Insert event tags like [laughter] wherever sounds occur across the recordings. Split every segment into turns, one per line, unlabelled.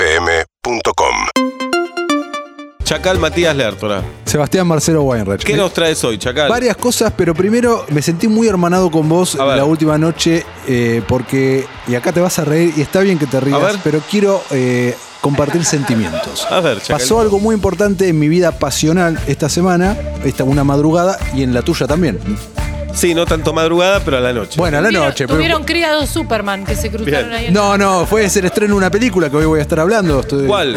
UrbanaPlayFM.com
Chacal Matías Lertora.
Sebastián Marcelo Weinreich.
¿Qué
Me-
nos traes hoy, Chacal?
Varias cosas, pero primero me sentí muy hermanado con vos
A ver.
la última noche eh, porque, y acá te vas a reír, y está bien que te rías,
ver.
pero quiero eh, compartir sentimientos.
A ver, Chacal.
Pasó algo muy importante en mi vida pasional esta semana, esta una madrugada, y en la tuya también.
Sí, no tanto madrugada, pero a la noche.
Bueno, a la
Tuvieron-
noche. pero-
Tuvieron criados Superman que se cruzaron
Bien.
ahí. en-
No, no, fue el estreno de una película que hoy voy a estar hablando. Estoy-
¿Cuál?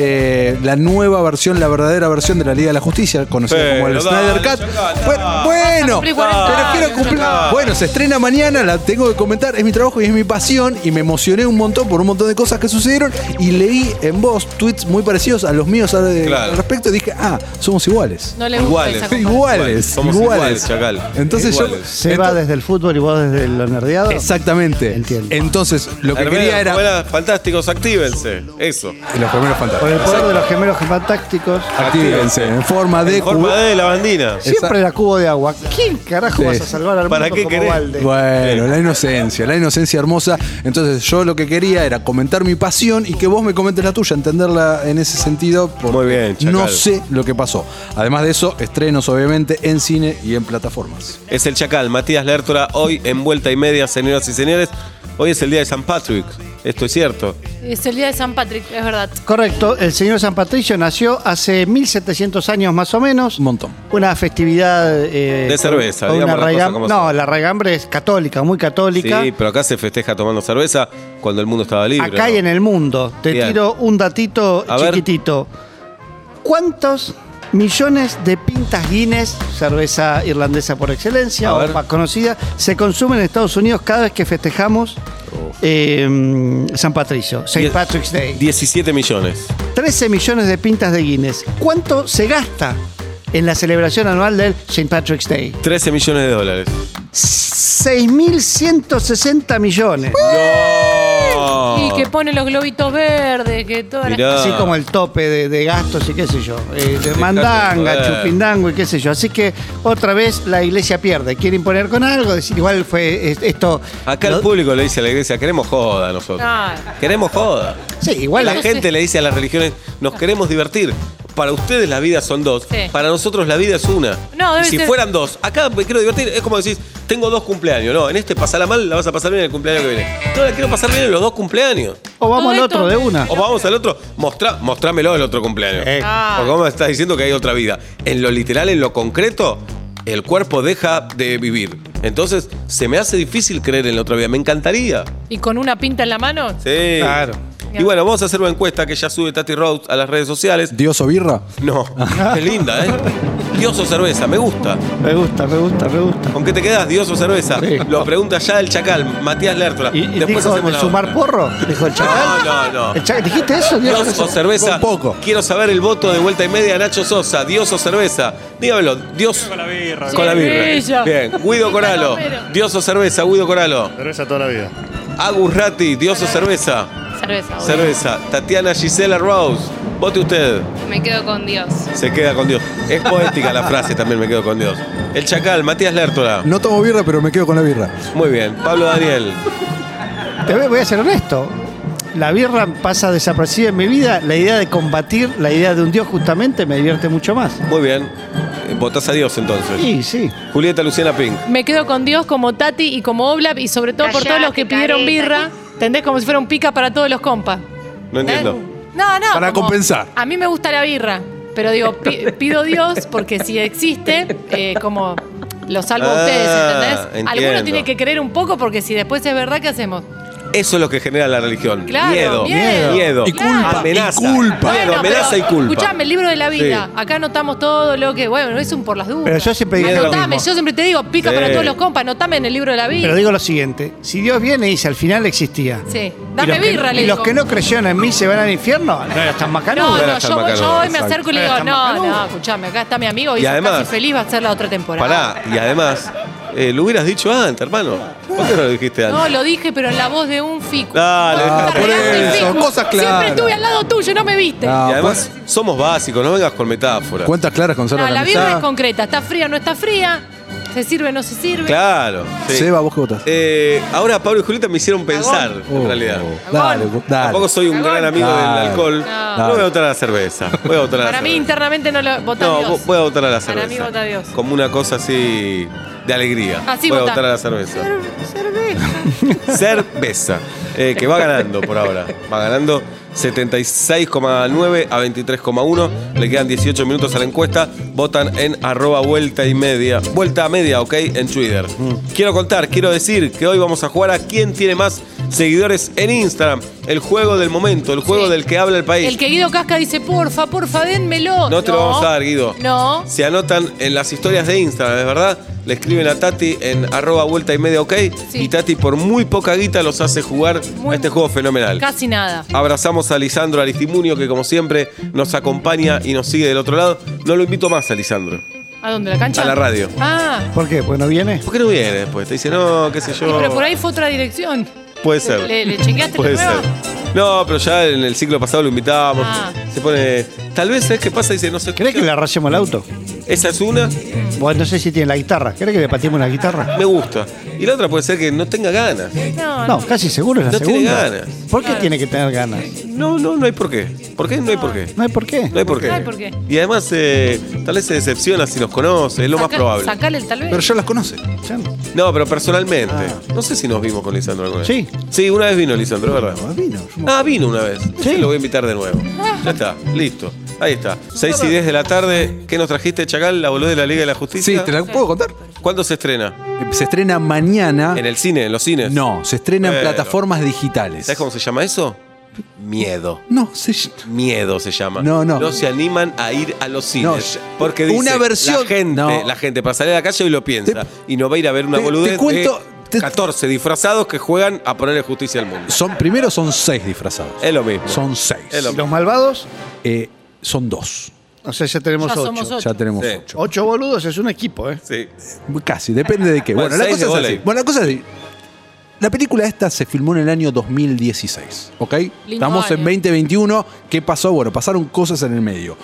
Eh, la nueva versión, la verdadera versión de la Liga de la Justicia, conocida
Pero
como el
dale,
Snyder Cut.
Chacal,
Bu-
dale.
Vas a
Bueno,
cumplir
Ah,
40
pero
años,
quiero cumplir.
Chacal.
Bueno, se estrena mañana, la tengo que comentar, es mi trabajo y es mi pasión y me emocioné un montón por un montón de cosas que sucedieron y leí en vos tweets muy parecidos a los míos al,
Claro.
al respecto y dije, ah, somos iguales.
No le gusta
Iguales.
esa comparación.
Iguales,
Somos iguales, Chacal.
Entonces
Iguales.
yo.
Se va
Ento-
desde el fútbol y vos desde lo nerdeado.
Exactamente.
Entiendo.
Entonces, lo que
Hermenos,
quería era.
fuera, fantásticos, actívense. Eso.
Los primeros
Por
fantásticos.
el poder de los gemelos gematásticos.
Actívense. En forma de
En forma de la bandina.
Siempre era cubo de agua. ¿Quién carajo
Sí.
vas a salvar al
¿Para
mundo
qué
como
querés?
Balde?
Bueno, la inocencia, la inocencia hermosa. Entonces, yo lo que quería era comentar mi pasión y que vos me comentes la tuya, entenderla en ese sentido. porque
Muy bien, Chacal.
No sé lo que pasó. Además de eso, estrenos obviamente en cine y en plataformas.
Es el Chacal, Matías Lertora, hoy en Vuelta y Media, señoras y señores. Hoy es el día de San Patrick. Esto es cierto.
Es el día de San Patrick, es verdad.
Correcto, el señor San Patricio nació hace 1700 años más o menos.
Un montón.
Una festividad. eh,
De cerveza,
con
digamos
una
las cosas
raigam-
como
No,
son.
la raigambre es católica, muy católica.
Sí, pero acá se festeja tomando cerveza cuando el mundo estaba libre.
Acá
¿no?
y en el mundo. Te
Bien.
tiro un datito
A ver.
chiquitito. ¿Cuántos millones de pintas Guinness, cerveza irlandesa por excelencia
A
o
ver.
más conocida, se consumen en Estados Unidos cada vez que festejamos eh, San Patricio, St.
Die-
Patrick's Day?
17 millones.
13 millones de pintas de Guinness. ¿Cuánto se gasta en la celebración anual del St. Patrick's Day?
13 millones de dólares.
6.160 millones.
¡No!
Oh.
Y que pone los globitos verdes, que todas las-
Mirá.
Así como el tope de, de gastos y qué sé yo. eh, de mandanga,
joder.
chupindango y qué sé yo. Así que otra vez la iglesia pierde. Quiere imponer con algo, decir igual fue es- esto.
Acá
lo-
el público le dice a la iglesia, queremos joda nosotros.
Ah.
Queremos joda.
Sí, igual
La
la-
gente le dice a las religiones, nos queremos divertir. Para ustedes la vida son dos,
Sí.
para nosotros la vida es una.
No,
y
debe
si
ser-
fueran dos, acá me quiero divertir, es como decís, tengo dos cumpleaños. No, en este pasala mal, la vas a pasar bien en el cumpleaños que viene. No, la quiero pasar bien en los dos cumpleaños.
O vamos al
Todo
otro
esto-
de una.
O vamos al otro, mostrá, mostrámelo el otro cumpleaños.
Ah. Eh.
Ah.
Porque vos me estás diciendo que hay otra vida. En lo literal, en lo concreto, el cuerpo deja de vivir. Entonces, se me hace difícil creer en la otra vida. Me encantaría.
Y con una pinta en la mano.
Sí.
Claro.
Y bueno, vamos a hacer una encuesta que ya sube Tati Rhodes a las redes sociales.
¿Dios o birra?
No, [laughs] qué linda, ¿eh? Dios o cerveza, me gusta.
Me gusta, me gusta, me gusta.
¿Con qué te quedas, Dios o cerveza?
Sí.
Lo pregunta ya el chacal, Matías Lertora.
¿Y, y dijo
hacemos
de
la
sumar
otra.
porro? Dijo el chaval.
No, no, no.
El chaval- ¿Dijiste eso? Dios?
Dios o cerveza.
Con poco.
Quiero saber el voto de vuelta y media de Nacho Sosa. Dios o cerveza. Dígamelo. Dios. Con la birra. Con la birra.
Cerveza.
Bien. Guido Coralo.
Palomero.
Dios o cerveza, Guido Coralo.
Cerveza toda la vida.
Agus Ratti. Dios o cerveza.
Cerveza. obvio.
Cerveza. Tatiana Gisela Rose. Vote usted.
Me quedo con Dios.
Se queda con Dios. Es poética la frase, también me quedo con Dios. El chacal, Matías Lertora.
No tomo birra, pero me quedo con la birra.
Muy bien. Pablo Daniel.
Te voy- voy a ser honesto. La birra pasa desapercibida en mi vida. La idea de combatir, la idea de un Dios justamente, me divierte mucho más.
Muy bien. Eh, Votás a Dios entonces.
Sí, sí.
Julieta Luciana Pink.
Me quedo con Dios como Tati y como Oblap y sobre todo por
Callate,
todos los que pidieron
careta.
birra. ¿Entendés? Como si fuera un pica para todos los compas.
No entiendo.
¿Eh? No, no.
Para
como-
compensar.
A mí me gusta la birra, pero digo, pi- pido Dios porque si existe, eh, como lo salvo a
Ah,
ustedes, ¿entendés?
entiendo.
Alguno tiene que creer un poco porque si después es verdad, ¿qué hacemos?
Eso es lo que genera la religión.
Claro,
miedo,
miedo.
miedo.
Y culpa,
Amenaza.
y culpa.
Miedo,
Bueno,
amenaza
pero
y culpa.
Escuchame, el libro de la vida.
Sí.
Acá anotamos todo lo que. Bueno, es un por las dudas.
Pero yo siempre digo lo
Anotame,
mismo.
yo siempre te digo, pica
Sí.
para todos los compas, anotame en el libro de la vida.
Pero digo lo siguiente, si Dios viene y dice al final existía.
sí.
Y los
Dame
que-
birra,
y
le
los
digo.
que no creyeron en mí se van al infierno, no eras tan macanudo.
No,
Ahora
no,
está
yo, voy-
Macanudo,
yo hoy me
exacto.
acerco y le
Ahora
digo,
está
no,
Macanudo.
no, escúchame, acá está mi amigo
Y
y, además,
además-
feliz va a ser la otra temporada.
Pará, y además, eh, lo hubieras dicho antes, hermano. ¿Por qué no lo dijiste antes?
No, lo dije, pero en la voz de un fico.
Dale,
Vos
ah,
estás
por
regando el
eso,
ficus.
cosas claras.
Siempre estuve al lado tuyo, no me viste.
No,
y además, somos básicos, no vengas con metáforas.
Ah, Cuentas claras con
No,
Sara
Ah,
la birra es concreta, está fría, no está fría. ¿Se sirve o no se sirve?
Claro. sí.
Seba, vos qué votás.
Eh, ahora Pablo y Julieta me hicieron pensar, en
Oh,
realidad.
Dale,
Cagón.
dale.
Tampoco soy un
Cagón.
gran amigo del
Dale.
alcohol.
No.
No. voy a votar a la cerveza. Voy a votar a la
Para mí
cerveza.
internamente no lo vota
No,
Dios.
vo- voy a votar a la cerveza.
Para mí vota Dios.
Como una cosa así de alegría.
Así
voy
vota.
a votar a la cerveza.
Cer-
[laughs]
cerveza.
cerveza. eh, que va ganando por ahora. Va ganando 76,9 a 23,1. Le quedan 18 minutos a la encuesta. Votan en arroba vuelta y media. Vuelta a media, ok, en Twitter. Quiero contar, quiero decir que hoy vamos a jugar a quién tiene más seguidores en Instagram. El juego del momento, el juego
Sí.
del que habla el país.
El que Guido Casca dice, porfa, porfa, denmelo.
No te lo vamos a dar, Guido.
No.
Se anotan en las historias de Instagram, ¿es verdad? Le escriben a Tati en arroba vuelta y media ok.
Sí.
Y Tati por muy poca guita los hace jugar
Muy-
a este juego fenomenal.
Casi nada.
Abrazamos a Lisandro Aristimunio que como siempre nos acompaña y nos sigue del otro lado. No lo invito más a Lisandro.
¿A dónde? ¿La cancha?
A la radio.
Ah,
¿Por qué? ¿Pues no viene?
¿Por qué no viene después? Te dice, no, qué sé
y
yo.
pero por ahí fue otra dirección.
Puede ser.
¿Le, le chequeaste
Puede
la
ser.
prueba?
No, pero ya en el ciclo pasado lo invitábamos.
Ah.
Se pone. Tal vez es que pasa y dice, no sé.
¿Crees que le arrasemos el auto?
Esa es una.
Bueno, no sé si tiene la guitarra. ¿Crees que le pateemos la guitarra?
Me gusta. Y la otra puede ser que no tenga ganas.
No, no.
No, casi seguro es la
No tiene
segunda.
ganas.
¿Por qué
Claro.
tiene que tener ganas?
No, no, no hay por qué. ¿Por qué? No hay por qué.
No hay por qué.
No hay por qué.
No hay por qué.
Y además, eh, tal vez se decepciona si nos conoce, es lo más
Saca-
probable.
Sacale el tal vez.
Pero ya las conoce.
Ya no.
No, pero personalmente.
Ah.
No sé si nos vimos con Lisandro alguna vez.
Sí.
Sí, una vez vino Lisandro, es verdad.
No, vino. Yo me-
Ah, vino una vez. Sí. Lo voy a invitar de nuevo. Ya está, listo. Ahí está. 6 y 10 de la tarde. ¿Qué nos trajiste, Chacal? ¿La boluda de la Liga de la
Sí,
Justicia?
¿te la puedo contar?
¿Cuándo se estrena?
Eh, Se estrena mañana.
¿En el cine? ¿En los cines?
Ah. No, se estrena en
Pero-
plataformas digitales.
¿Sabes cómo se llama eso? Miedo.
No, se...
Miedo se llama.
No, no.
No se animan a ir a los cines.
No, ya-
porque dice,
una versión-
la gente,
no.
la gente para salir a la calle y lo piensa. y no va a ir a ver una
te- te
boludez
cuento-
de
te-
14 disfrazados que juegan a ponerle justicia al mundo.
Son, primero son seis disfrazados.
Es lo mismo.
Son seis.
Es lo-
¿Y los malvados?
Eh, son dos.
O sea, ya tenemos
Ya
ocho.
somos ocho.
Ya tenemos
Sí.
ocho.
Ocho boludos es un equipo, ¿eh?
Sí.
Casi, depende de qué.
Bueno,
Bueno, la
seis
cosa
de
es
volei.
así. Bueno, la cosa es así. La película esta se filmó en el año 2016, ¿ok? Estamos en
año.
2021. ¿Qué pasó? Bueno, pasaron cosas en el medio.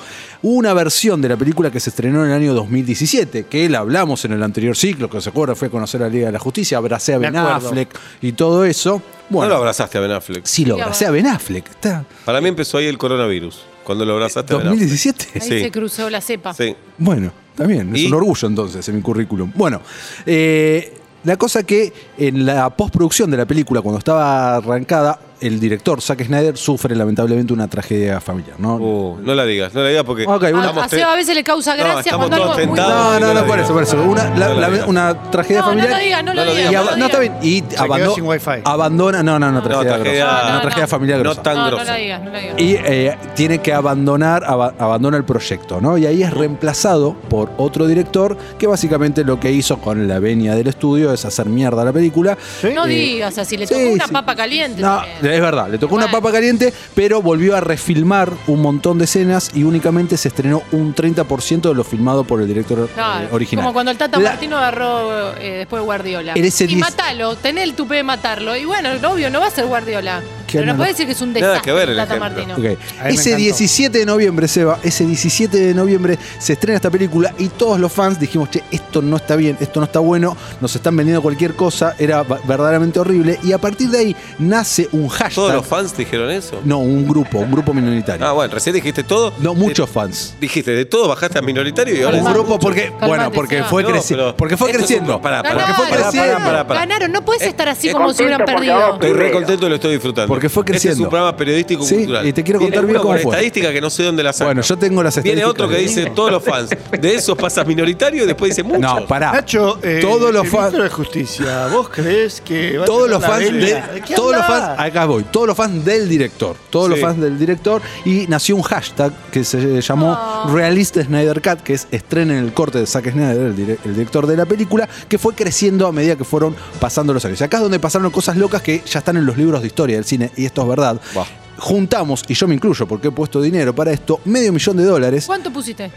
Hubo una versión de la película que se estrenó en el año 2017, que la hablamos en el anterior ciclo, que se acuerda, fue a conocer a la Liga de la Justicia, abracé a
Me
Ben
acuerdo.
Affleck y todo eso. Bueno,
No lo abrazaste a Ben Affleck.
sí lo abracé a Ben Affleck. Está.
Para mí empezó ahí el coronavirus. Cuando lo abrazaste a Ben Affleck.
2017.
Ahí
Sí.
se cruzó la cepa.
Sí.
Bueno, también, es
¿Y?
un orgullo entonces en mi currículum. Bueno, eh, la cosa que en la postproducción de la película, cuando estaba arrancada, el director Zack Snyder sufre lamentablemente una tragedia familiar, ¿no?
Uh, no la digas, no la digas porque. Ah,
Ok, una-
A,
estamos
a Seba a
tre-
veces le causa
No,
gracia
estamos
cuando
todos
algo es muy
tentados.
bueno.
no, no,
no
no,
la
por
digas.
eso, por eso. Una, la-
No la
la-
digas.
una tragedia
No, no
familiar.
lo digas, no lo
No lo
digas.
digas.
y
no
aba-
lo
no, está bien.
digas.
Y
quedó
abandona.
sin wifi.
Abandona. No, no, no, tragedia.
tragedia-
grosa.
No,
una
no,
tragedia
no.
familiar.
No
grosa.
tan
No, no
grosso.
la digas, no la digas.
Y eh, tiene que abandonar, aba- abandona el proyecto, ¿no? Y ahí es reemplazado por otro director que básicamente lo que hizo con la venia del estudio es hacer mierda la película.
No
Eh,
digas así, le tocó
sí,
una
sí.
papa caliente.
No,
también.
es verdad, le tocó una
Bueno.
papa caliente, pero volvió a refilmar un montón de escenas y únicamente se estrenó un 30% de lo filmado por el director
Claro,
eh, original.
Como cuando el Tata
La-
Martino agarró eh, después Guardiola.
En ese
y
10
matalo, tené el tupé de matarlo. Y bueno, obvio, no va a ser Guardiola. Pero no
analo-
puede decir que es un
Nada
desastre
que ver
el
el
Tata
ejemplo.
Martino.
Ok.
A mí me
Ese
encantó.
17 de noviembre, Seba, ese 17 de noviembre se estrena esta película y todos los fans dijimos, che, esto no está bien, esto no está bueno, nos están vendiendo cualquier cosa, era va- verdaderamente horrible. Y a partir de ahí nace un hashtag.
¿Todos los fans dijeron eso?
No, un grupo, un grupo minoritario.
Ah, bueno, recién dijiste todo.
no,
De-
muchos fans.
dijiste de todo, bajaste a minoritario y ahora.
Un
Calmate.
grupo porque,
Calmate,
bueno, porque
Seba.
fue,
No,
creci-
pero
porque fue
esto es un-
creciendo.
pará, Ah, pará,
porque
Ganaron,
fue
pará,
creciendo.
pará, pará, pará.
ganaron, no puedes estar así
Eh,
como si hubieran
contento porque
perdido.
ahora
Estoy re contento y lo estoy disfrutando.
Porque fue
Este es
creciendo.
un programa periodístico
Sí,
cultural.
y te quiero contar
Viene
bien
uno
cómo
con
fue.
estadística que no sé dónde la saca.
Bueno, yo tengo las
Viene
estadísticas
otro que
de-
dice todos los fans. De esos pasas minoritario y después dice muchos.
No, pará.
Nacho, eh,
Ah, todos los
el
fans.
ministro de Justicia, ¿vos crees que va a
todos
tener
los
la
fans de,
venia? ¿De qué
todos los
hablas?
fans acá voy todos los fans del director todos los
Sí.
fans del director y nació un hashtag que se llamó
Oh.
Realist Snyder Cut que es estreno en el corte de Zack Snyder el, dire- el director de la película que fue creciendo a medida que fueron pasando los años Y acá es donde pasaron cosas locas que ya están en los libros de historia del cine y esto es verdad
Buah.
juntamos y yo me incluyo porque he puesto dinero para esto medio millón de dólares
¿Cuánto pusiste?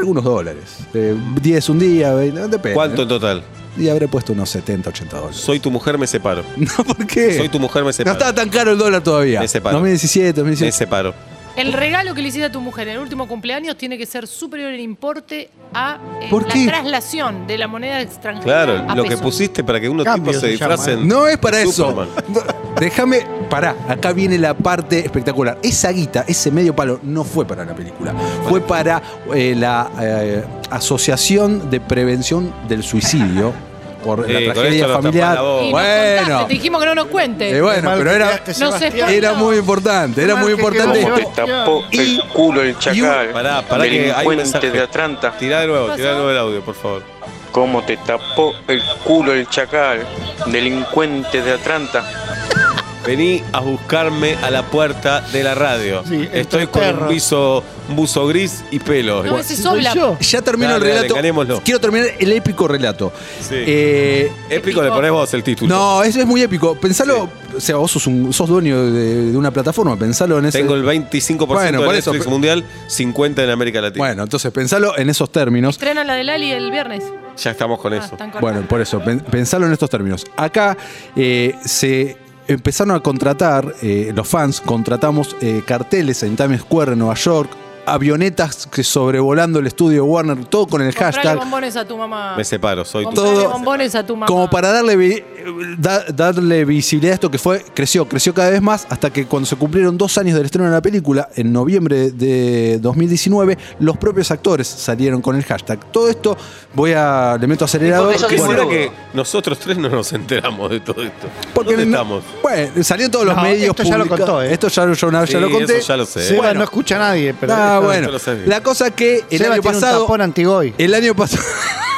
algunos dólares eh, 10 un día 20, depende
¿Cuánto en total?
y habré puesto unos 70 80 dólares
Soy tu mujer, me separo.
[laughs] no, ¿por qué?
Soy tu mujer, me
No
separo.
estaba tan caro el dólar todavía.
Me separo.
2017,
Me
2018.
separo.
El regalo que le hiciste a tu mujer en el último cumpleaños tiene que ser superior en importe a eh,
¿Por
la
qué?
traslación de la moneda extranjera.
Claro,
a
lo que
pesos.
pusiste para que unos
Cambio
tipos se
se llama, ¿eh?
disfracen.
No es para
de
eso.
Superman.
No, Déjame, pará, acá viene la parte espectacular. Esa guita, ese medio palo, no fue para la película. Fue para eh, la eh, Asociación de Prevención del Suicidio por
Eh,
la
con
tragedia
esto nos tapás
familiar.
la boca.
Y nos
bueno,
contaste, te dijimos que no nos cuentes.
eh, bueno
Mal
pero
que
era,
quedaste,
No se
Sebastián.
fue.
era muy importante, era
Mal
muy
que quedó
importante.
yo.
Te tapó
Y-
el culo el
y
chacal.
un-
Pará, pará que hay mensaje.
delincuente de Atlanta.
Tirá de nuevo,
¿Qué
tirá de
pasó?
nuevo el audio, por favor.
Cómo te tapó el culo el chacal. Delincuente de Atlanta.
Vení a buscarme a la puerta de la radio.
Sí, esto
Estoy
es
con un
perro.
buzo, un buzo gris y pelo.
No, ese
Soy
sopla.
yo.
Ya termino
Dale,
el
dale,
relato.
ganémoslo.
Quiero terminar el épico relato.
Sí.
Eh,
Épico le ponés vos el título.
no, eso es muy épico. Pensalo, o sea, vos sos, un- sos dueño de, de una plataforma, pensalo en ese.
Tengo el 25%
Bueno,
de
por eso,
Netflix
pero-
mundial, 50 en América Latina.
Bueno, entonces pensalo en esos términos.
Estrena la de Lali el viernes.
Ya estamos con
Ah,
eso.
están cortando.
Bueno, por eso, pen- pensalo en estos términos. Acá eh, se empezaron a contratar, eh, los fans, contratamos eh, carteles en Times Square, en Nueva York, avionetas que sobrevolando el estudio de Warner, todo con el
Comprale
hashtag.
bombones a tu mamá.
Me separo, soy tu-
Comprale
Todo-
bombones a tu mamá.
Como para darle, vi- da- darle visibilidad a esto que fue, creció, creció cada vez más, hasta que cuando se cumplieron dos años del estreno de la película, en noviembre de 2019, los propios actores salieron con el hashtag. Todo esto, voy a, le meto acelerador.
Porque eso
Quisiera
Bueno,
que nosotros tres no nos enteramos de todo esto.
Porque
¿Dónde
no-
estamos?
Bueno, salió en todos los
No,
medios.
esto ya lo
publicados.
contó, ¿eh?
Esto ya, yo una vez ya
Sí,
lo conté.
eso ya lo sé.
Seba
Bueno.
no escucha a nadie, pero.
Ah,
esto-
bueno.
lo sabía.
La cosa que el
Seba
año
tiene un
pasado.
tapón antigoy.
El año [laughs] pasado.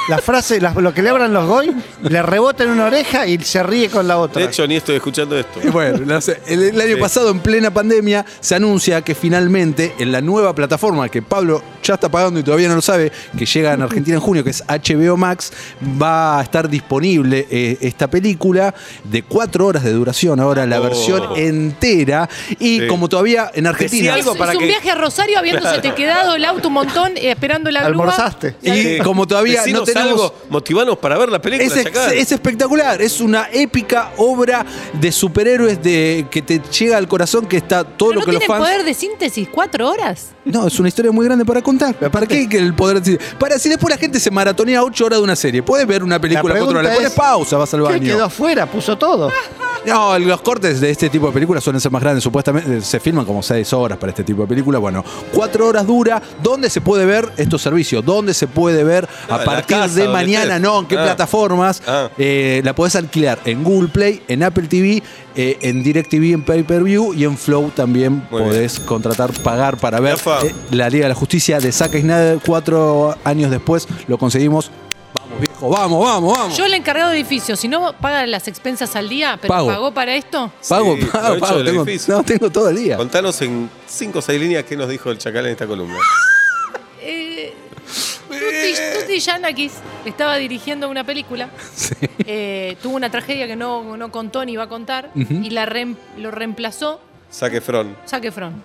La frase, las- lo que le abran los goy, le rebota en una oreja y se ríe con la otra.
De hecho, ni estoy escuchando esto.
Eh, Bueno, no sé, el, el año
Sí.
pasado, en plena pandemia, se anuncia que finalmente en la nueva plataforma que Pablo ya está pagando y todavía no lo sabe, que llega en Argentina en junio, que es HBO Max, va a estar disponible eh, esta película de cuatro horas de duración. Ahora la
Oh.
versión entera. Y
Sí.
como todavía en Argentina.
algo
Es-
para
es un
que-
viaje a Rosario habiéndose te quedado el auto un montón eh, esperando la grúa.
Almorzaste.
Y como todavía no
Eh, Decinos
tenemos-
algo, motivanos para ver la película.
Es, ex-
chacal.
es espectacular, es una épica obra de superhéroes de que te llega al corazón, que está todo
Pero
lo
no
que los
tienen
fans.
poder de síntesis, cuatro horas.
No, es una historia muy grande para contar. ¿Para qué que el poder Para si después la gente se maratonea ocho horas de una serie, puedes ver una película
La
cuatro horas, le
pregunta
pones
es,
pausa, vas al
¿Qué
baño.
quedó afuera? Puso todo.
No, los cortes de este tipo de películas suelen ser más grandes, supuestamente se filman como seis horas para este tipo de película. Bueno, cuatro horas dura. ¿Dónde se puede ver estos servicios? ¿Dónde se puede ver
Ah, en
a
la
partir
casa,
de
donde
mañana?
estés.
No, ¿en qué
Ah.
plataformas?
Ah.
Eh, la podés alquilar en Google Play, en Apple TV, eh, en DirecTV, en Pay Per View y en Flow también
Muy
podés contratar, pagar para ver
Rafa.
eh, la Liga de la Justicia de Zack Snyder. Cuatro años después lo conseguimos. Vamos, viejo, vamos, vamos, vamos.
Yo el encargado de edificio, si no paga las expensas al día, pero
Pago.
pagó para esto.
Pago,
Sí,
pago,
provecho
pago.
del
Tengo,
edificio.
no, tengo todo el día.
Contanos en cinco o seis líneas qué nos dijo el chacal en esta columna.
Eh, Tuti- Tuti Yanakis estaba dirigiendo una película. Eh, tuvo una tragedia que no, no contó ni iba a contar. Y la reem- lo reemplazó
Saquefrón.
[laughs]
Zac Efron.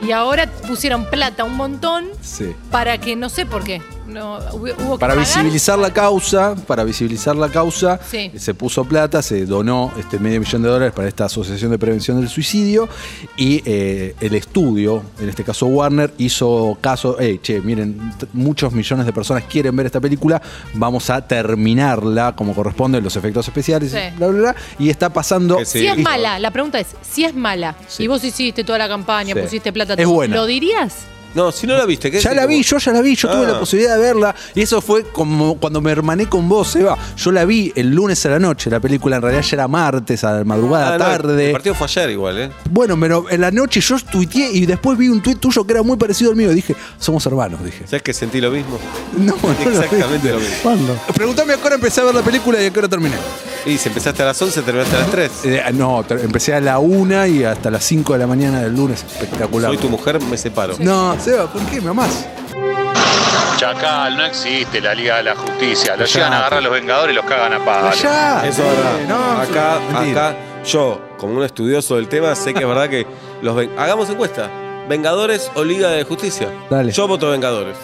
Y ahora pusieron plata un montón
Sí.
para que, no sé por qué, no, hubo, hubo que
Para
pagar.
visibilizar la causa, para visibilizar la causa, eh,
Sí.
se puso plata, se donó este medio millón de dólares para esta Asociación de Prevención del Suicidio y eh, el estudio, en este caso Warner, hizo caso, hey, che, miren, t- muchos millones de personas quieren ver esta película, vamos a terminarla como corresponde, los efectos especiales,
Sí.
bla, bla, bla, y está pasando...
Que sí.
Si es
Sí.
mala, la pregunta es, si es mala,
Sí.
y vos hiciste toda la campaña,
Sí.
pusiste plata,
Es
todo,
buena.
¿lo dirías?
No, si no la viste, ¿qué
Ya
decís
la vi,
vos?
yo ya la vi, yo tuve
Ah.
la posibilidad de verla y eso fue como cuando me hermané con vos, Eva. Yo la vi el lunes a la noche, la película en realidad ya era martes, a la madrugada,
Ah, no,
tarde.
el partido fue ayer igual, ¿eh?
Bueno, pero en la noche yo tuiteé y después vi un tuit tuyo que era muy parecido al mío. Dije, somos hermanos, dije. [laughs]
¿Sabes que sentí lo mismo?
No, no lo
Exactamente
dije.
lo mismo.
¿Cuándo?
Preguntame a qué hora empecé a ver la película y a qué hora terminé.
Y si empezaste a las 11, terminaste a las 3.
Eh, no, ter- empecé a la una y hasta las 5 de la mañana del lunes. Espectacular.
Soy tu mujer, me separo.
No, Seba, ¿por qué me amás?
Chacal, no existe la Liga de la Justicia. Lo llegan
Callate.
a agarrar los Vengadores y los cagan a pagar.
Allá.
Eso es verdad.
No,
acá,
mentira.
acá, yo, como un estudioso del tema, sé que es verdad que los ven- hagamos encuesta. ¿Vengadores o Liga de Justicia?
Dale.
Yo voto Vengadores.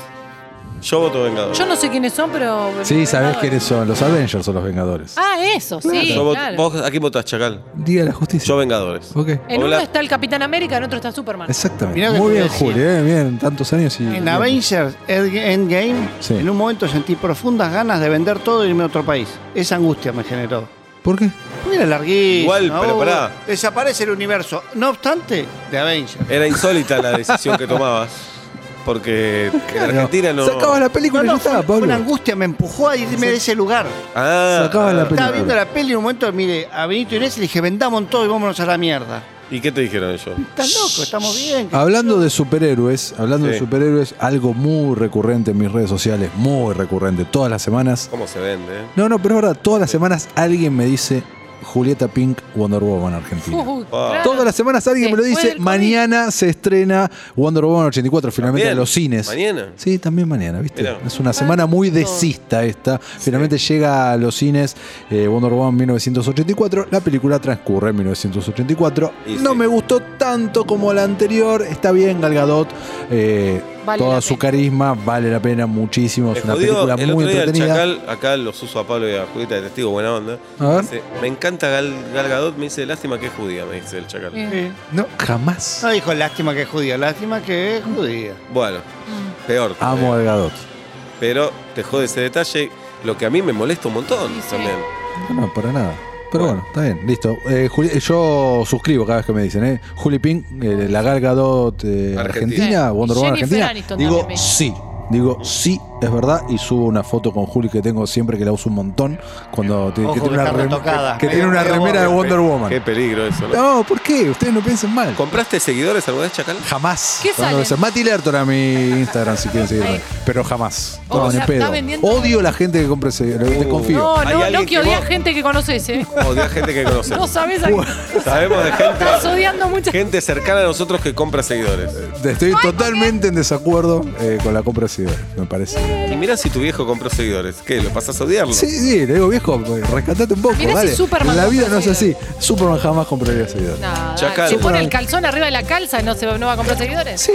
Yo voto Vengadores.
Yo no sé quiénes son, pero.
Sí, sabés quiénes son. Los Avengers son los Vengadores.
Ah, eso, sí.
Yo voto-
claro.
Vos aquí votás, Chacal.
Día de la justicia.
Yo Vengadores.
Ok.
En
Hola.
uno está el Capitán América, en otro está Superman.
Exactamente.
Mirá que
Muy
te
bien,
decía.
Juli, eh, bien, tantos años y.
En
bien.
Avengers Endg- Endgame,
Sí.
en un momento sentí profundas ganas de vender todo y irme a otro país. Esa angustia me generó.
¿Por qué?
Mira, larguísimo.
Igual, pero pará.
Desaparece el universo. No obstante, de Avengers.
Era insólita la decisión que tomabas. Porque en Argentina no.
Sacabas la película y ya
fue-
estaba,
fue una
Pablo.
angustia me empujó a irme de ese lugar.
Ah,
Sacabas la
Estaba
Película.
viendo la peli y en un momento, mire, a Benito Inés le dije, vendamos todo y vámonos a la mierda.
¿Y qué te dijeron ellos?
Estás loco, estamos bien.
Hablando de superhéroes, hablando de
Sí.
superhéroes, algo muy recurrente en mis redes sociales, muy recurrente, todas las semanas.
¿Cómo se vende? eh?
No, no, pero es verdad, todas las semanas alguien me dice Julieta Pink Wonder Woman Argentina.
Ujú,
Wow.
claro.
Todas las semanas alguien me lo
Después
dice.
del COVID.
Mañana se estrena Wonder Woman 84, finalmente en
Bien.
los cines.
Mañana.
Sí, también mañana, ¿viste?
Mirá.
Es una semana muy desista esta. Finalmente llega a los cines eh, Wonder Woman 1984. La película transcurre en 1984.
Y
no
sí.
me gustó tanto como la anterior. Está bien, Gal Gadot. eh,
Vale
toda
la
su
pena.
carisma vale la pena muchísimo.
Me
Es una
jodió
película
el
muy
otro día el
entretenida.
Chacal, acá los uso a Pablo y a Julieta de testigo, buena onda.
A ver.
Dice, me encanta Gal, Gal Gadot, me dice, lástima que es judía, me dice el Chacal.
Eh,
Sí.
No, jamás.
No dijo lástima que es judía, lástima que es judía.
Bueno, peor.
Amo a
todavía.
Gal Gadot.
Pero te jode ese detalle, lo que a mí me molesta un montón
Sí, sí.
también.
No, no, para nada. Pero bueno, está bien, listo. Eh, Juli- eh, yo suscribo cada vez que me dicen, ¿eh? Juli Pink, eh, la Gal Gadot eh,
Argentina.
Argentina,
Sí.
Wonder
Y
Woman
Jennifer
Argentina.
Aniston
Digo,
también me-
sí. Digo, sí, es verdad. Y subo una foto con Juli que tengo siempre, que la uso un montón. Cuando tiene-
Ojo,
que tiene
que
una,
está
rem-
retocada.
que
Medio-
tiene una
medio
remera de Wonder Woman.
Qué peligro eso. ¿no?
No, ¿por qué? Ustedes no piensen mal.
¿Compraste seguidores alguna vez,
[laughs]
Chacal?
Jamás.
¿Qué
No, no,
salen?
no, Mati Lerton a mi Instagram si quieren seguirme. Pero jamás. Uh.
O
No,
sea,
ni pedo.
está vendiendo-
Odio la gente que compre ese. Desconfío.
No,
Hay
no,
alguien
no,
que
que odias
vos-
gente que conoces,
[laughs]
¿eh?
Odia gente que conoce.
No sabes a quién.
Sabemos de
[laughs]
gente,
Estás odiando mucha gente.
gente cercana a nosotros que compra seguidores.
Estoy totalmente en desacuerdo eh, con la compra de seguidores, me parece.
Y mirá si tu viejo compró seguidores. ¿Qué? ¿Lo pasas a odiarlo?
Sí, sí, le digo, viejo, pues, rescatate un poco,
Mirá si
dale.
Superman
la vida
compra
no es así. Superman jamás compraría seguidores.
Chacal.
Se pone el calzón arriba de la calza y no, se, no va a comprar seguidores.
Sí,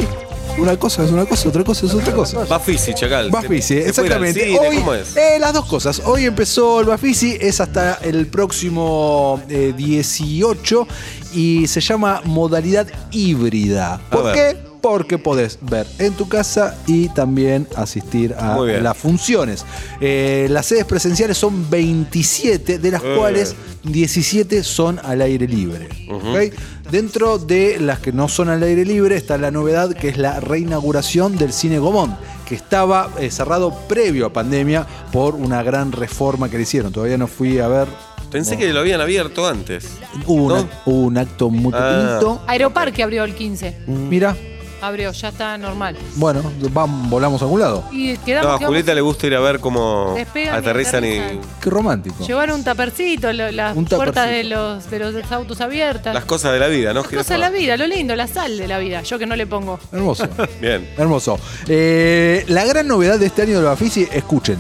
una cosa es una cosa, otra cosa es otra cosa.
Bafisi, Chacal.
Bafisi,
¿Se- se puede ir al
exactamente.
cine?
Hoy,
¿Cómo es?
eh, las dos cosas. Hoy empezó el Bafisi, es hasta el próximo eh, 18 y se llama modalidad híbrida. ¿Por
ver.
qué? Porque podés ver en tu casa y también asistir a
Muy bien.
las funciones. Eh, las sedes presenciales son 27, de las
Eh.
cuales 17 son al aire libre. ¿ok? Dentro de las que no son al aire libre está la novedad que es la reinauguración del Cine Gomón, que estaba eh, cerrado previo a pandemia por una gran reforma que le hicieron. Todavía no fui a ver.
Pensé que lo habían abierto antes.
Hubo, una-
¿No?
hubo un acto muy
Ah.
pequeñito.
Aeroparque abrió el 15.
Mira,
Abrió, ya está normal.
bueno, vam- volamos a algún lado.
Y
No, a
quedamos que vamos-
Julieta le gusta ir a ver cómo
Despegan y
aterrizan y
aterrizan.
Qué romántico.
Llevaron un tapercito, lo- las
Un
puertas de
tapercito.
los, de los autos abiertas.
las cosas de la vida, ¿no?
Las cosas de la vida, lo lindo, la sal de la vida. Yo que no le pongo.
Hermoso.
Bien.
Hermoso. Eh, la gran novedad de este año de la Bafisi, escuchen,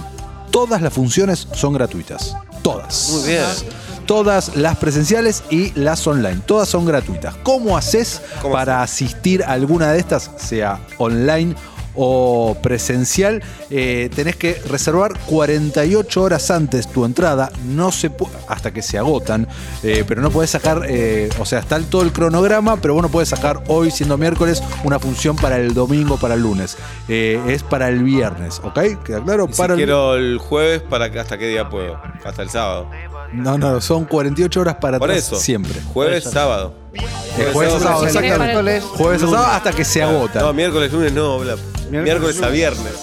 todas las funciones son gratuitas. Todas.
Muy bien.
Todas las presenciales y las online. Todas son gratuitas. ¿Cómo haces
¿Cómo
para asistir a alguna de estas, sea online o presencial? Eh, tenés que reservar 48 horas antes tu entrada, no se pu- hasta que se agotan, eh, pero no podés sacar, eh, o sea, está el- todo el cronograma, pero vos no podés sacar hoy, siendo miércoles, una función para el domingo, para el lunes. Eh, es para el viernes, ¿ok? ¿Queda claro?
Y si
Para el-
quiero el jueves, para que- ¿hasta qué día puedo? Hasta el sábado.
No, no, son 48 horas para
Por
atrás
eso.
siempre.
Jueves, sábado.
Eh, jueves a sábado,
Si querés
exactamente.
para el-
Jueves a sábado hasta que se
No,
agota.
miércoles, lunes no, bla. Miércoles, a
lunes.
viernes.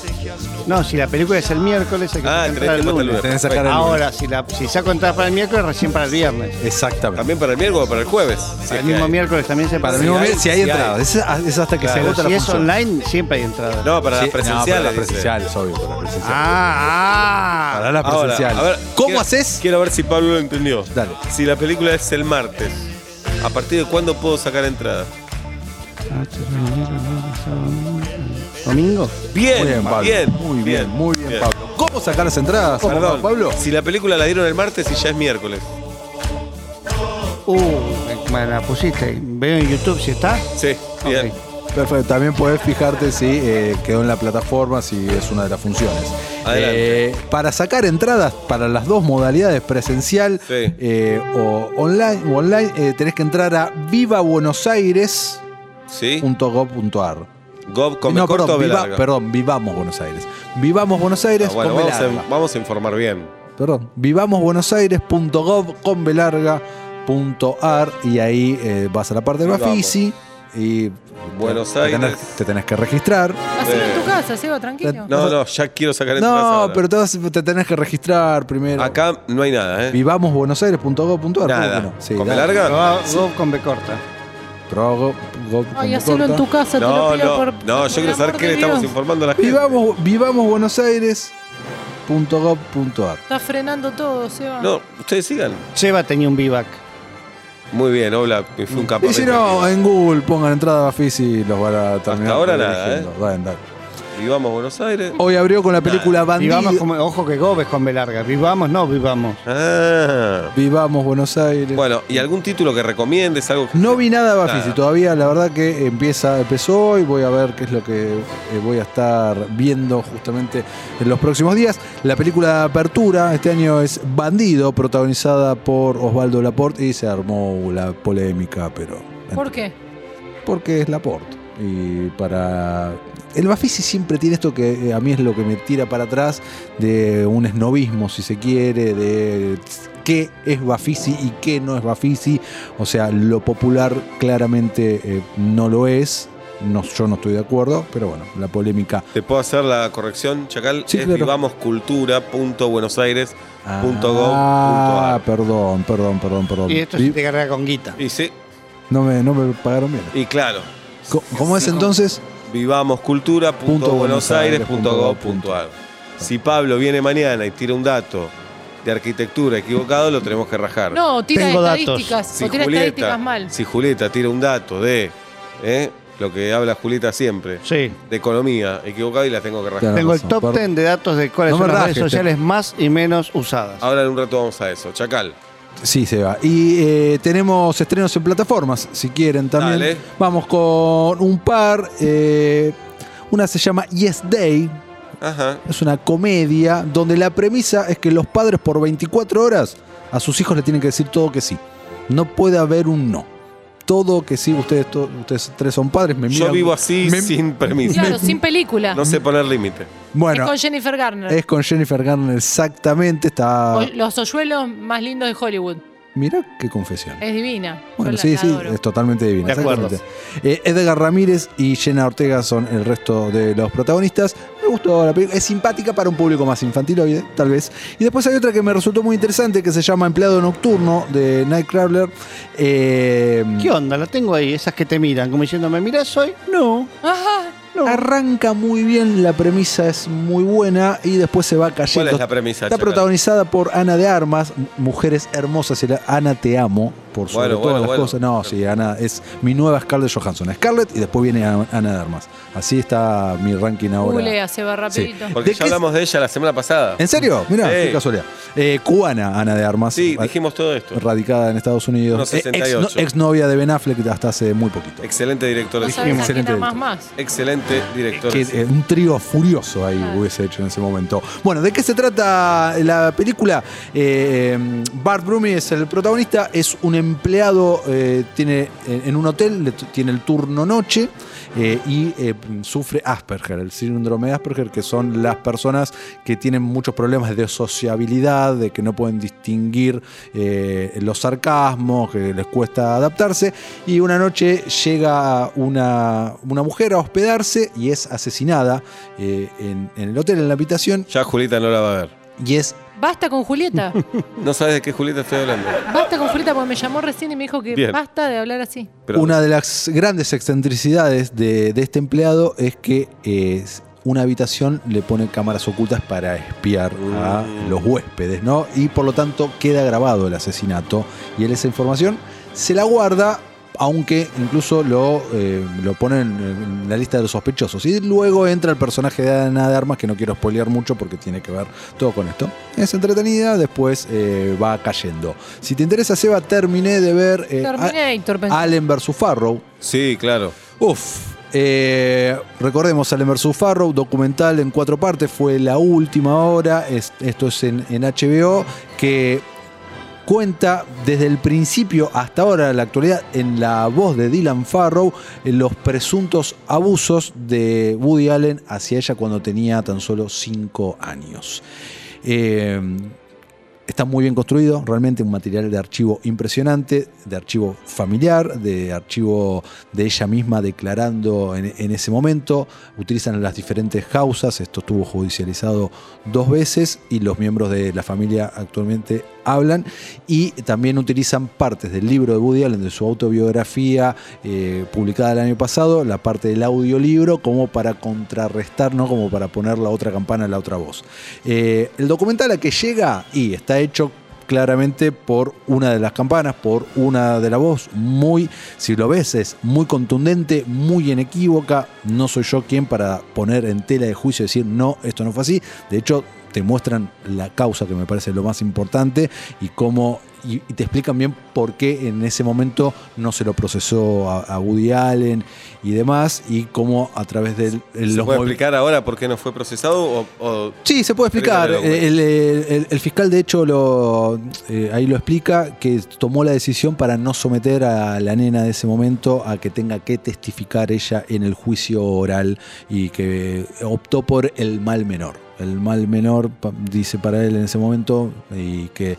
No, si la película es el miércoles, hay que
Ah,
sacar
tenés
para
tiempo hasta el lunes.
Tenés que sacar el
Ahora, si, la, si saco entradas para el miércoles, recién para el viernes.
Exactamente.
También para el miércoles o para el jueves. si
Para
es
el
que
mismo
hay.
miércoles también se
Para
para
mí,
Si
momento-
hay-
si hay
si
entradas, es, es hasta que se
Pero
agota
si
la
es
función.
online, siempre hay entradas.
No, para
Sí,
las presenciales.
no, para las
dice.
presenciales, obvio, para las presenciales.
Ah,
Para las
Ahora,
presenciales.
a ver,
¿Cómo
quiero-
haces?
Quiero ver si Pablo lo entendió.
Dale.
Si la película es el martes, ¿a partir de cuándo puedo sacar entrada?
domingo.
Bien,
Muy bien, Pablo.
bien,
muy bien, muy bien,
bien.
Pablo. ¿Cómo sacar las entradas?
Perdón,
Pablo.
Si la película la dieron el martes y ya es miércoles.
Uh, me la pusiste. Veo en YouTube si está.
Sí, bien.
Ok.
Perfecto. También podés fijarte si eh, quedó en la plataforma, si es una de las funciones.
Adelante.
Eh, para sacar entradas para las dos modalidades, presencial
Sí.
eh, o online, o online eh, tenés que entrar a vivabuenosaires.gov.ar.
¿Sí? Gob, come
no,
corto
perdón,
o ve
viva-
larga?
perdón, vivamos Buenos Aires. Vivamos Buenos Aires.
Ah, bueno,
come
vamos a,
larga.
vamos a informar bien.
perdón, vivamosbuenosaires.gov con B larga, punto ar, y ahí eh, vas a la parte de
Vivamos.
Bafisi y
Buenos
te tenés-
Aires.
te tenés que registrar.
Hacelo
Eh.
en tu casa, Seba, tranquilo.
No, no, ya quiero sacar entradas
No,
ahora.
pero te, vas- te tenés que registrar primero.
Acá no hay nada, ¿eh?
vivamosbuenosaires.gov.ar.
Nada.
¿cómo que no? Sí,
¿Come
dale.
larga?
Go con B corta.
Pero go- go-
Ay,
como
hacelo en
corta.
tu casa, te
No,
lo pido
no,
por.
no, yo
por
quiero
el
saber
amor
qué
de
le estamos
Dios.
informando a la gente.
Vivamos, vivamosbuenosaires.gov.ar.
Está frenando todo, Seba.
No, ustedes sigan.
Seba tenía un vivac.
Muy bien, Obla, fue un
Y
campamento.
si no, eh. en Google pongan entrada Bafisi y los van a terminar.
ahora nada, ¿eh?
redirigiendo. Dale, dale.
Vivamos Buenos Aires.
Hoy abrió con la película
Vivamos
Bandido.
con- ojo que Gob es con B larga. Vivamos, no vivamos.
Ah.
Vivamos Buenos Aires.
Bueno, ¿y algún título que recomiendes? Algo que-
No vi nada de
Nada.
Bafisi todavía, la verdad que empieza, empezó hoy, voy a ver qué es lo que eh, voy a estar viendo justamente en los próximos días. La película de apertura este año es Bandido, protagonizada por Osvaldo Laporte y se armó la polémica, pero...
¿Por qué?
Porque es Laporte. Y para... El Bafisi siempre tiene esto que eh, a mí es lo que me tira para atrás de un esnovismo, si se quiere, de qué es Bafisi y qué no es Bafisi. O sea, lo popular claramente eh, no lo es. No, yo no estoy de acuerdo, pero bueno, la polémica.
¿Te puedo hacer la corrección, Chacal?
Sí,
es
claro.
vivamoscultura.buenosaires.
Ah,
Punto gov, punto ar.
perdón, perdón, perdón, perdón.
Y esto
Vi-
se te carga con guita.
Y sí,
no, me, no me pagaron bien.
y claro.
Co- ¿Cómo es entonces?
vivamoscultura.buenosaires.gov.ar. Si Pablo viene mañana y tira un dato de arquitectura equivocado, lo tenemos que rajar.
No, tira
Tengo datos.
estadísticas.
si
o tira
Julieta,
estadísticas mal.
si Julieta tira un dato de ¿eh? lo que habla Julieta siempre,
Sí.
de economía equivocado y la tengo que rajar.
Tenés
Tengo el
razón,
top
perdón.
10 de datos de cuáles
No me
son las
rajes, eh. Ah.
redes
te-
sociales más y menos usadas.
Ahora en un rato vamos a eso. Chacal.
Sí, se va. Y eh, tenemos estrenos en plataformas, si quieren también.
Dale.
Vamos con un par. eh, una se llama Yes Day.
Ajá.
Es una comedia donde la premisa es que los padres por 24 horas a sus hijos le tienen que decir todo que sí. No puede haber un no. Todo que sí. Ustedes, to- ustedes tres son padres. Me
Yo
miran-
vivo así
me-
sin permiso.
Claro, sin película.
No sé poner límite.
[laughs] Bueno,
es con Jennifer Garner.
Jennifer Garner exactamente. Está.
O- Los hoyuelos más lindos de Hollywood.
Mira qué confesión.
Es divina.
Bueno,
Yo la
sí, sí,
adoro. [laughs]
es totalmente divino.
De acuerdo.
Edgar Ramírez y Jenna Ortega son el resto de los protagonistas. Me gustó la película. Es simpática para un público más infantiloide, tal vez. Y después hay otra que me resultó muy interesante que se llama Empleado Nocturno de Nightcrawler. Eh,
¿Qué onda? La tengo ahí, esas que te miran, como diciendo, ¿me mirás hoy? No.
Ajá.
Arranca muy bien, la premisa es muy buena y después se va
¿Cuál
cayendo.
es la premisa?
Está
Chacal?
protagonizada por Ana de Armas, m- mujeres hermosas. y la- Ana, te amo, por sobre
Bueno,
todas
bueno,
las
bueno.
cosas. No, sí, Ana es mi nueva Scarlett Johansson. Scarlett y después viene a- Ana de Armas. Así está mi ranking ahora.
Googlea, Seba, rapidito.
Porque
¿De
ya
qué
hablamos de ella la semana pasada.
¿En serio? Mirá,
Sí.
qué casualidad. Eh, cubana, Ana de Armas.
Sí,
ra-
dijimos todo esto.
Radicada en Estados Unidos.
Unos
Eh, ex-
68.
Exnovia de Ben Affleck hasta hace muy poquito.
Excelente director
No
de
sabes
cine.
a quién
Excelente
amás
director.
más.
Excelente director
Que,
de
eh,
cine.
un trío furioso ahí
Claro.
hubiese hecho en ese momento. Bueno, ¿de qué se trata la película? Eh, Bart Brummy es el protagonista, es un empleado, eh, tiene en en un hotel, le t- tiene el turno noche eh, y eh, sufre Asperger, el síndrome de Asperger, que son las personas que tienen muchos problemas de sociabilidad, de que no pueden distinguir eh, los sarcasmos, que les cuesta adaptarse. Y una noche llega una, una mujer a hospedarse y es asesinada eh, en, en el hotel, en la habitación,
Ya Julieta no la va a ver.
y es
Basta
[laughs]
con Julieta.
No sabes de qué Julieta estoy hablando.
Basta con Julieta porque me llamó recién y me dijo que
Bien.
basta de hablar así.
Pero-
Una de las grandes excentricidades de, de este empleado es que eh, una habitación le pone cámaras ocultas para espiar a
Mm.
los huéspedes, ¿no? Y por lo tanto queda grabado el asesinato y él esa información se la guarda, aunque incluso lo, eh, lo pone en, en la lista de los sospechosos. Y luego entra el personaje de Ana de Armas, que no quiero spoilear mucho porque tiene que ver todo con esto. Es entretenida, después eh, va cayendo. Si te interesa, Seba, terminé de ver... eh, a-
Terminator, pensé.
Allen vs. Farrow.
Sí, claro.
Uf, Eh, recordemos, Allen vs. Farrow, documental en cuatro partes, fue la última hora, es- esto es en, en HBO, que cuenta desde el principio hasta ahora, en la actualidad, en la voz de Dylan Farrow, en los presuntos abusos de Woody Allen hacia ella cuando tenía tan solo cinco años. Eh, Está muy bien construido, realmente un material de archivo impresionante, de archivo familiar, de archivo de ella misma declarando en, en ese momento. Utilizan las diferentes causas, esto estuvo judicializado dos veces y los miembros de la familia actualmente hablan. Y también utilizan partes del libro de Woody Allen, de su autobiografía eh, publicada el año pasado, la parte del audiolibro, como para contrarrestar, ¿no? como para poner la otra campana a la otra voz. Eh, el documental a que llega y está hecho claramente por una de las campanas, por una de la voz, muy, si lo ves, es muy contundente, muy inequívoca, no soy yo quien para poner en tela de juicio y decir, no, esto no fue así, de hecho te muestran la causa que me parece lo más importante y cómo y, y te explican bien por qué en ese momento no se lo procesó a, a Woody Allen y demás y cómo a través de
¿Se
los
puede
movi-
explicar ahora por qué no fue procesado? O, o-
Sí, se puede explicar.
Creo que no lo
El, el- el- el fiscal, de hecho, lo, eh, ahí lo explica, que tomó la decisión para no someter a la nena de ese momento a que tenga que testificar ella en el juicio oral y que optó por el mal menor. El mal menor, pa- dice para él en ese momento, y que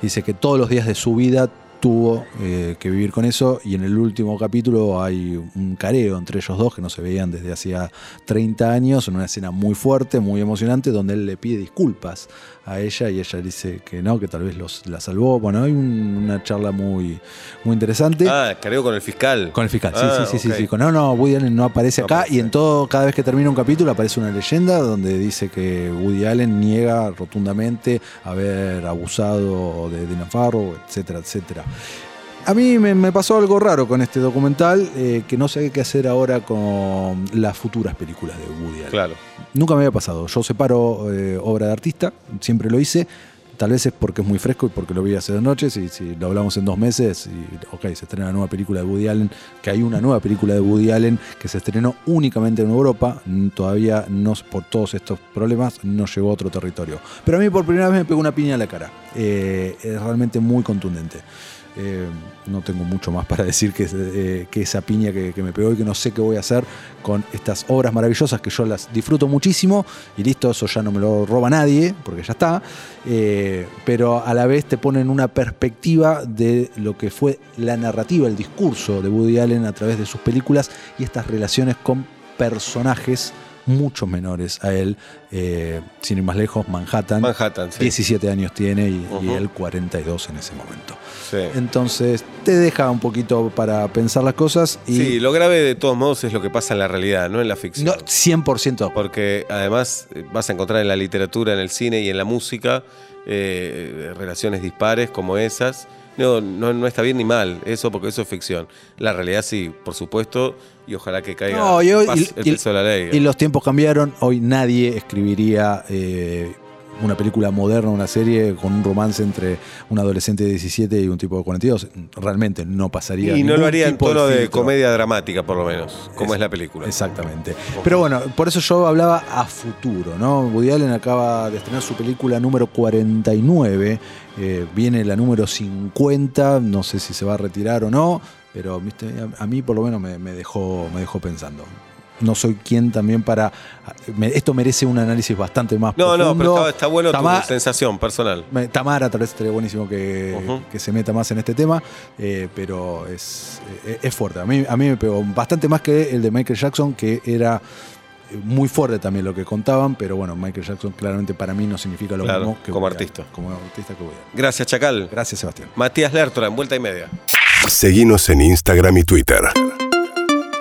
dice que todos los días de su vida tuvo eh, que vivir con eso y en el último capítulo hay un careo entre ellos dos que no se veían desde hacía 30 años, en una escena muy fuerte, muy emocionante, donde él le pide disculpas a ella y ella dice que no, que tal vez los, la salvó. Bueno, hay un- una charla muy, muy interesante.
ah, creo con el fiscal.
Con el fiscal, sí,
Ah,
sí, sí,
ok.
sí, sí. Con, no, no, Woody Allen no aparece
No
acá
aparece.
y en todo, cada vez que termina un capítulo aparece una leyenda donde dice que Woody Allen niega rotundamente haber abusado de Dylan Farrow, etcétera, etcétera. A mí me, me pasó algo raro con este documental eh, que no sé qué hacer ahora con las futuras películas de Woody Allen.
Claro.
Nunca me había pasado. Yo separo eh, obra de artista, siempre lo hice. Tal vez es porque es muy fresco y porque lo vi hace dos noches. Y si lo hablamos en dos meses, y, ok, se estrena la nueva película de Woody Allen, que hay una nueva película de Woody Allen que se estrenó únicamente en Europa. Mm, Todavía no, por todos estos problemas no llegó a otro territorio. Pero a mí por primera vez me pegó una piña en la cara. Eh, es realmente muy contundente. Eh, no tengo mucho más para [laughs] decir que, eh, que esa piña que, que me pegó y que no sé qué voy a hacer con estas obras maravillosas que yo las disfruto muchísimo y listo, eso ya no me lo roba nadie porque ya está, Eh, pero a la vez te ponen una perspectiva de lo que fue la narrativa, el discurso de Woody Allen a través de sus películas y estas relaciones con personajes mucho menores a él, eh, sin ir más lejos, Manhattan,
Manhattan, sí.
17 años tiene y, y
Ujú.
él 42 en ese momento.
Sí.
Entonces te deja un poquito para pensar las cosas y
Sí, lo grave de todos modos es lo que pasa en la realidad, no en la ficción.
no, 100% de acuerdo.
Porque además eh, vas a encontrar en la literatura, en el cine y en la música eh, relaciones dispares como esas. No, no, no está bien ni mal eso, porque eso es ficción. La realidad sí, por supuesto, y ojalá que caiga
No, y hoy-
pas-
y-
el
y-
peso de la ley. ¿eh?
Y los tiempos cambiaron, hoy nadie escribiría eh, una película moderna, una serie con un romance entre un adolescente de 17 y un tipo de 42. Realmente no pasaría.
Y no lo
ningún
haría en
tipo
tono de,
filtro.
comedia dramática, por lo menos, como
Es-
es, la película.
Exactamente. Pero bueno, por eso yo hablaba a futuro, ¿no? Woody Allen acaba de estrenar su película número 49, eh, viene la número 50, no sé si se va a retirar o no, pero viste, a, a mí por lo menos me, me dejó, me dejó pensando. No soy quien también para... me- esto merece un análisis bastante más
No,
profundo.
no, pero está, está bueno
Tama-
tu sensación personal.
me- Tamara tal vez estaría buenísimo que,
Ujú.
que se meta más en este tema, eh, pero es, eh, es fuerte. A mí, a mí me pegó bastante más que el de Michael Jackson, que era eh, muy fuerte también lo que contaban, pero bueno, Michael Jackson claramente para mí no significa lo
Claro,
mismo que
como
Woody
artista.
Allen, como artista que Woody Allen.
Gracias, Chacal.
Gracias, Sebastián.
Matías Lertora, en vuelta y media.
Seguinos en Instagram y Twitter.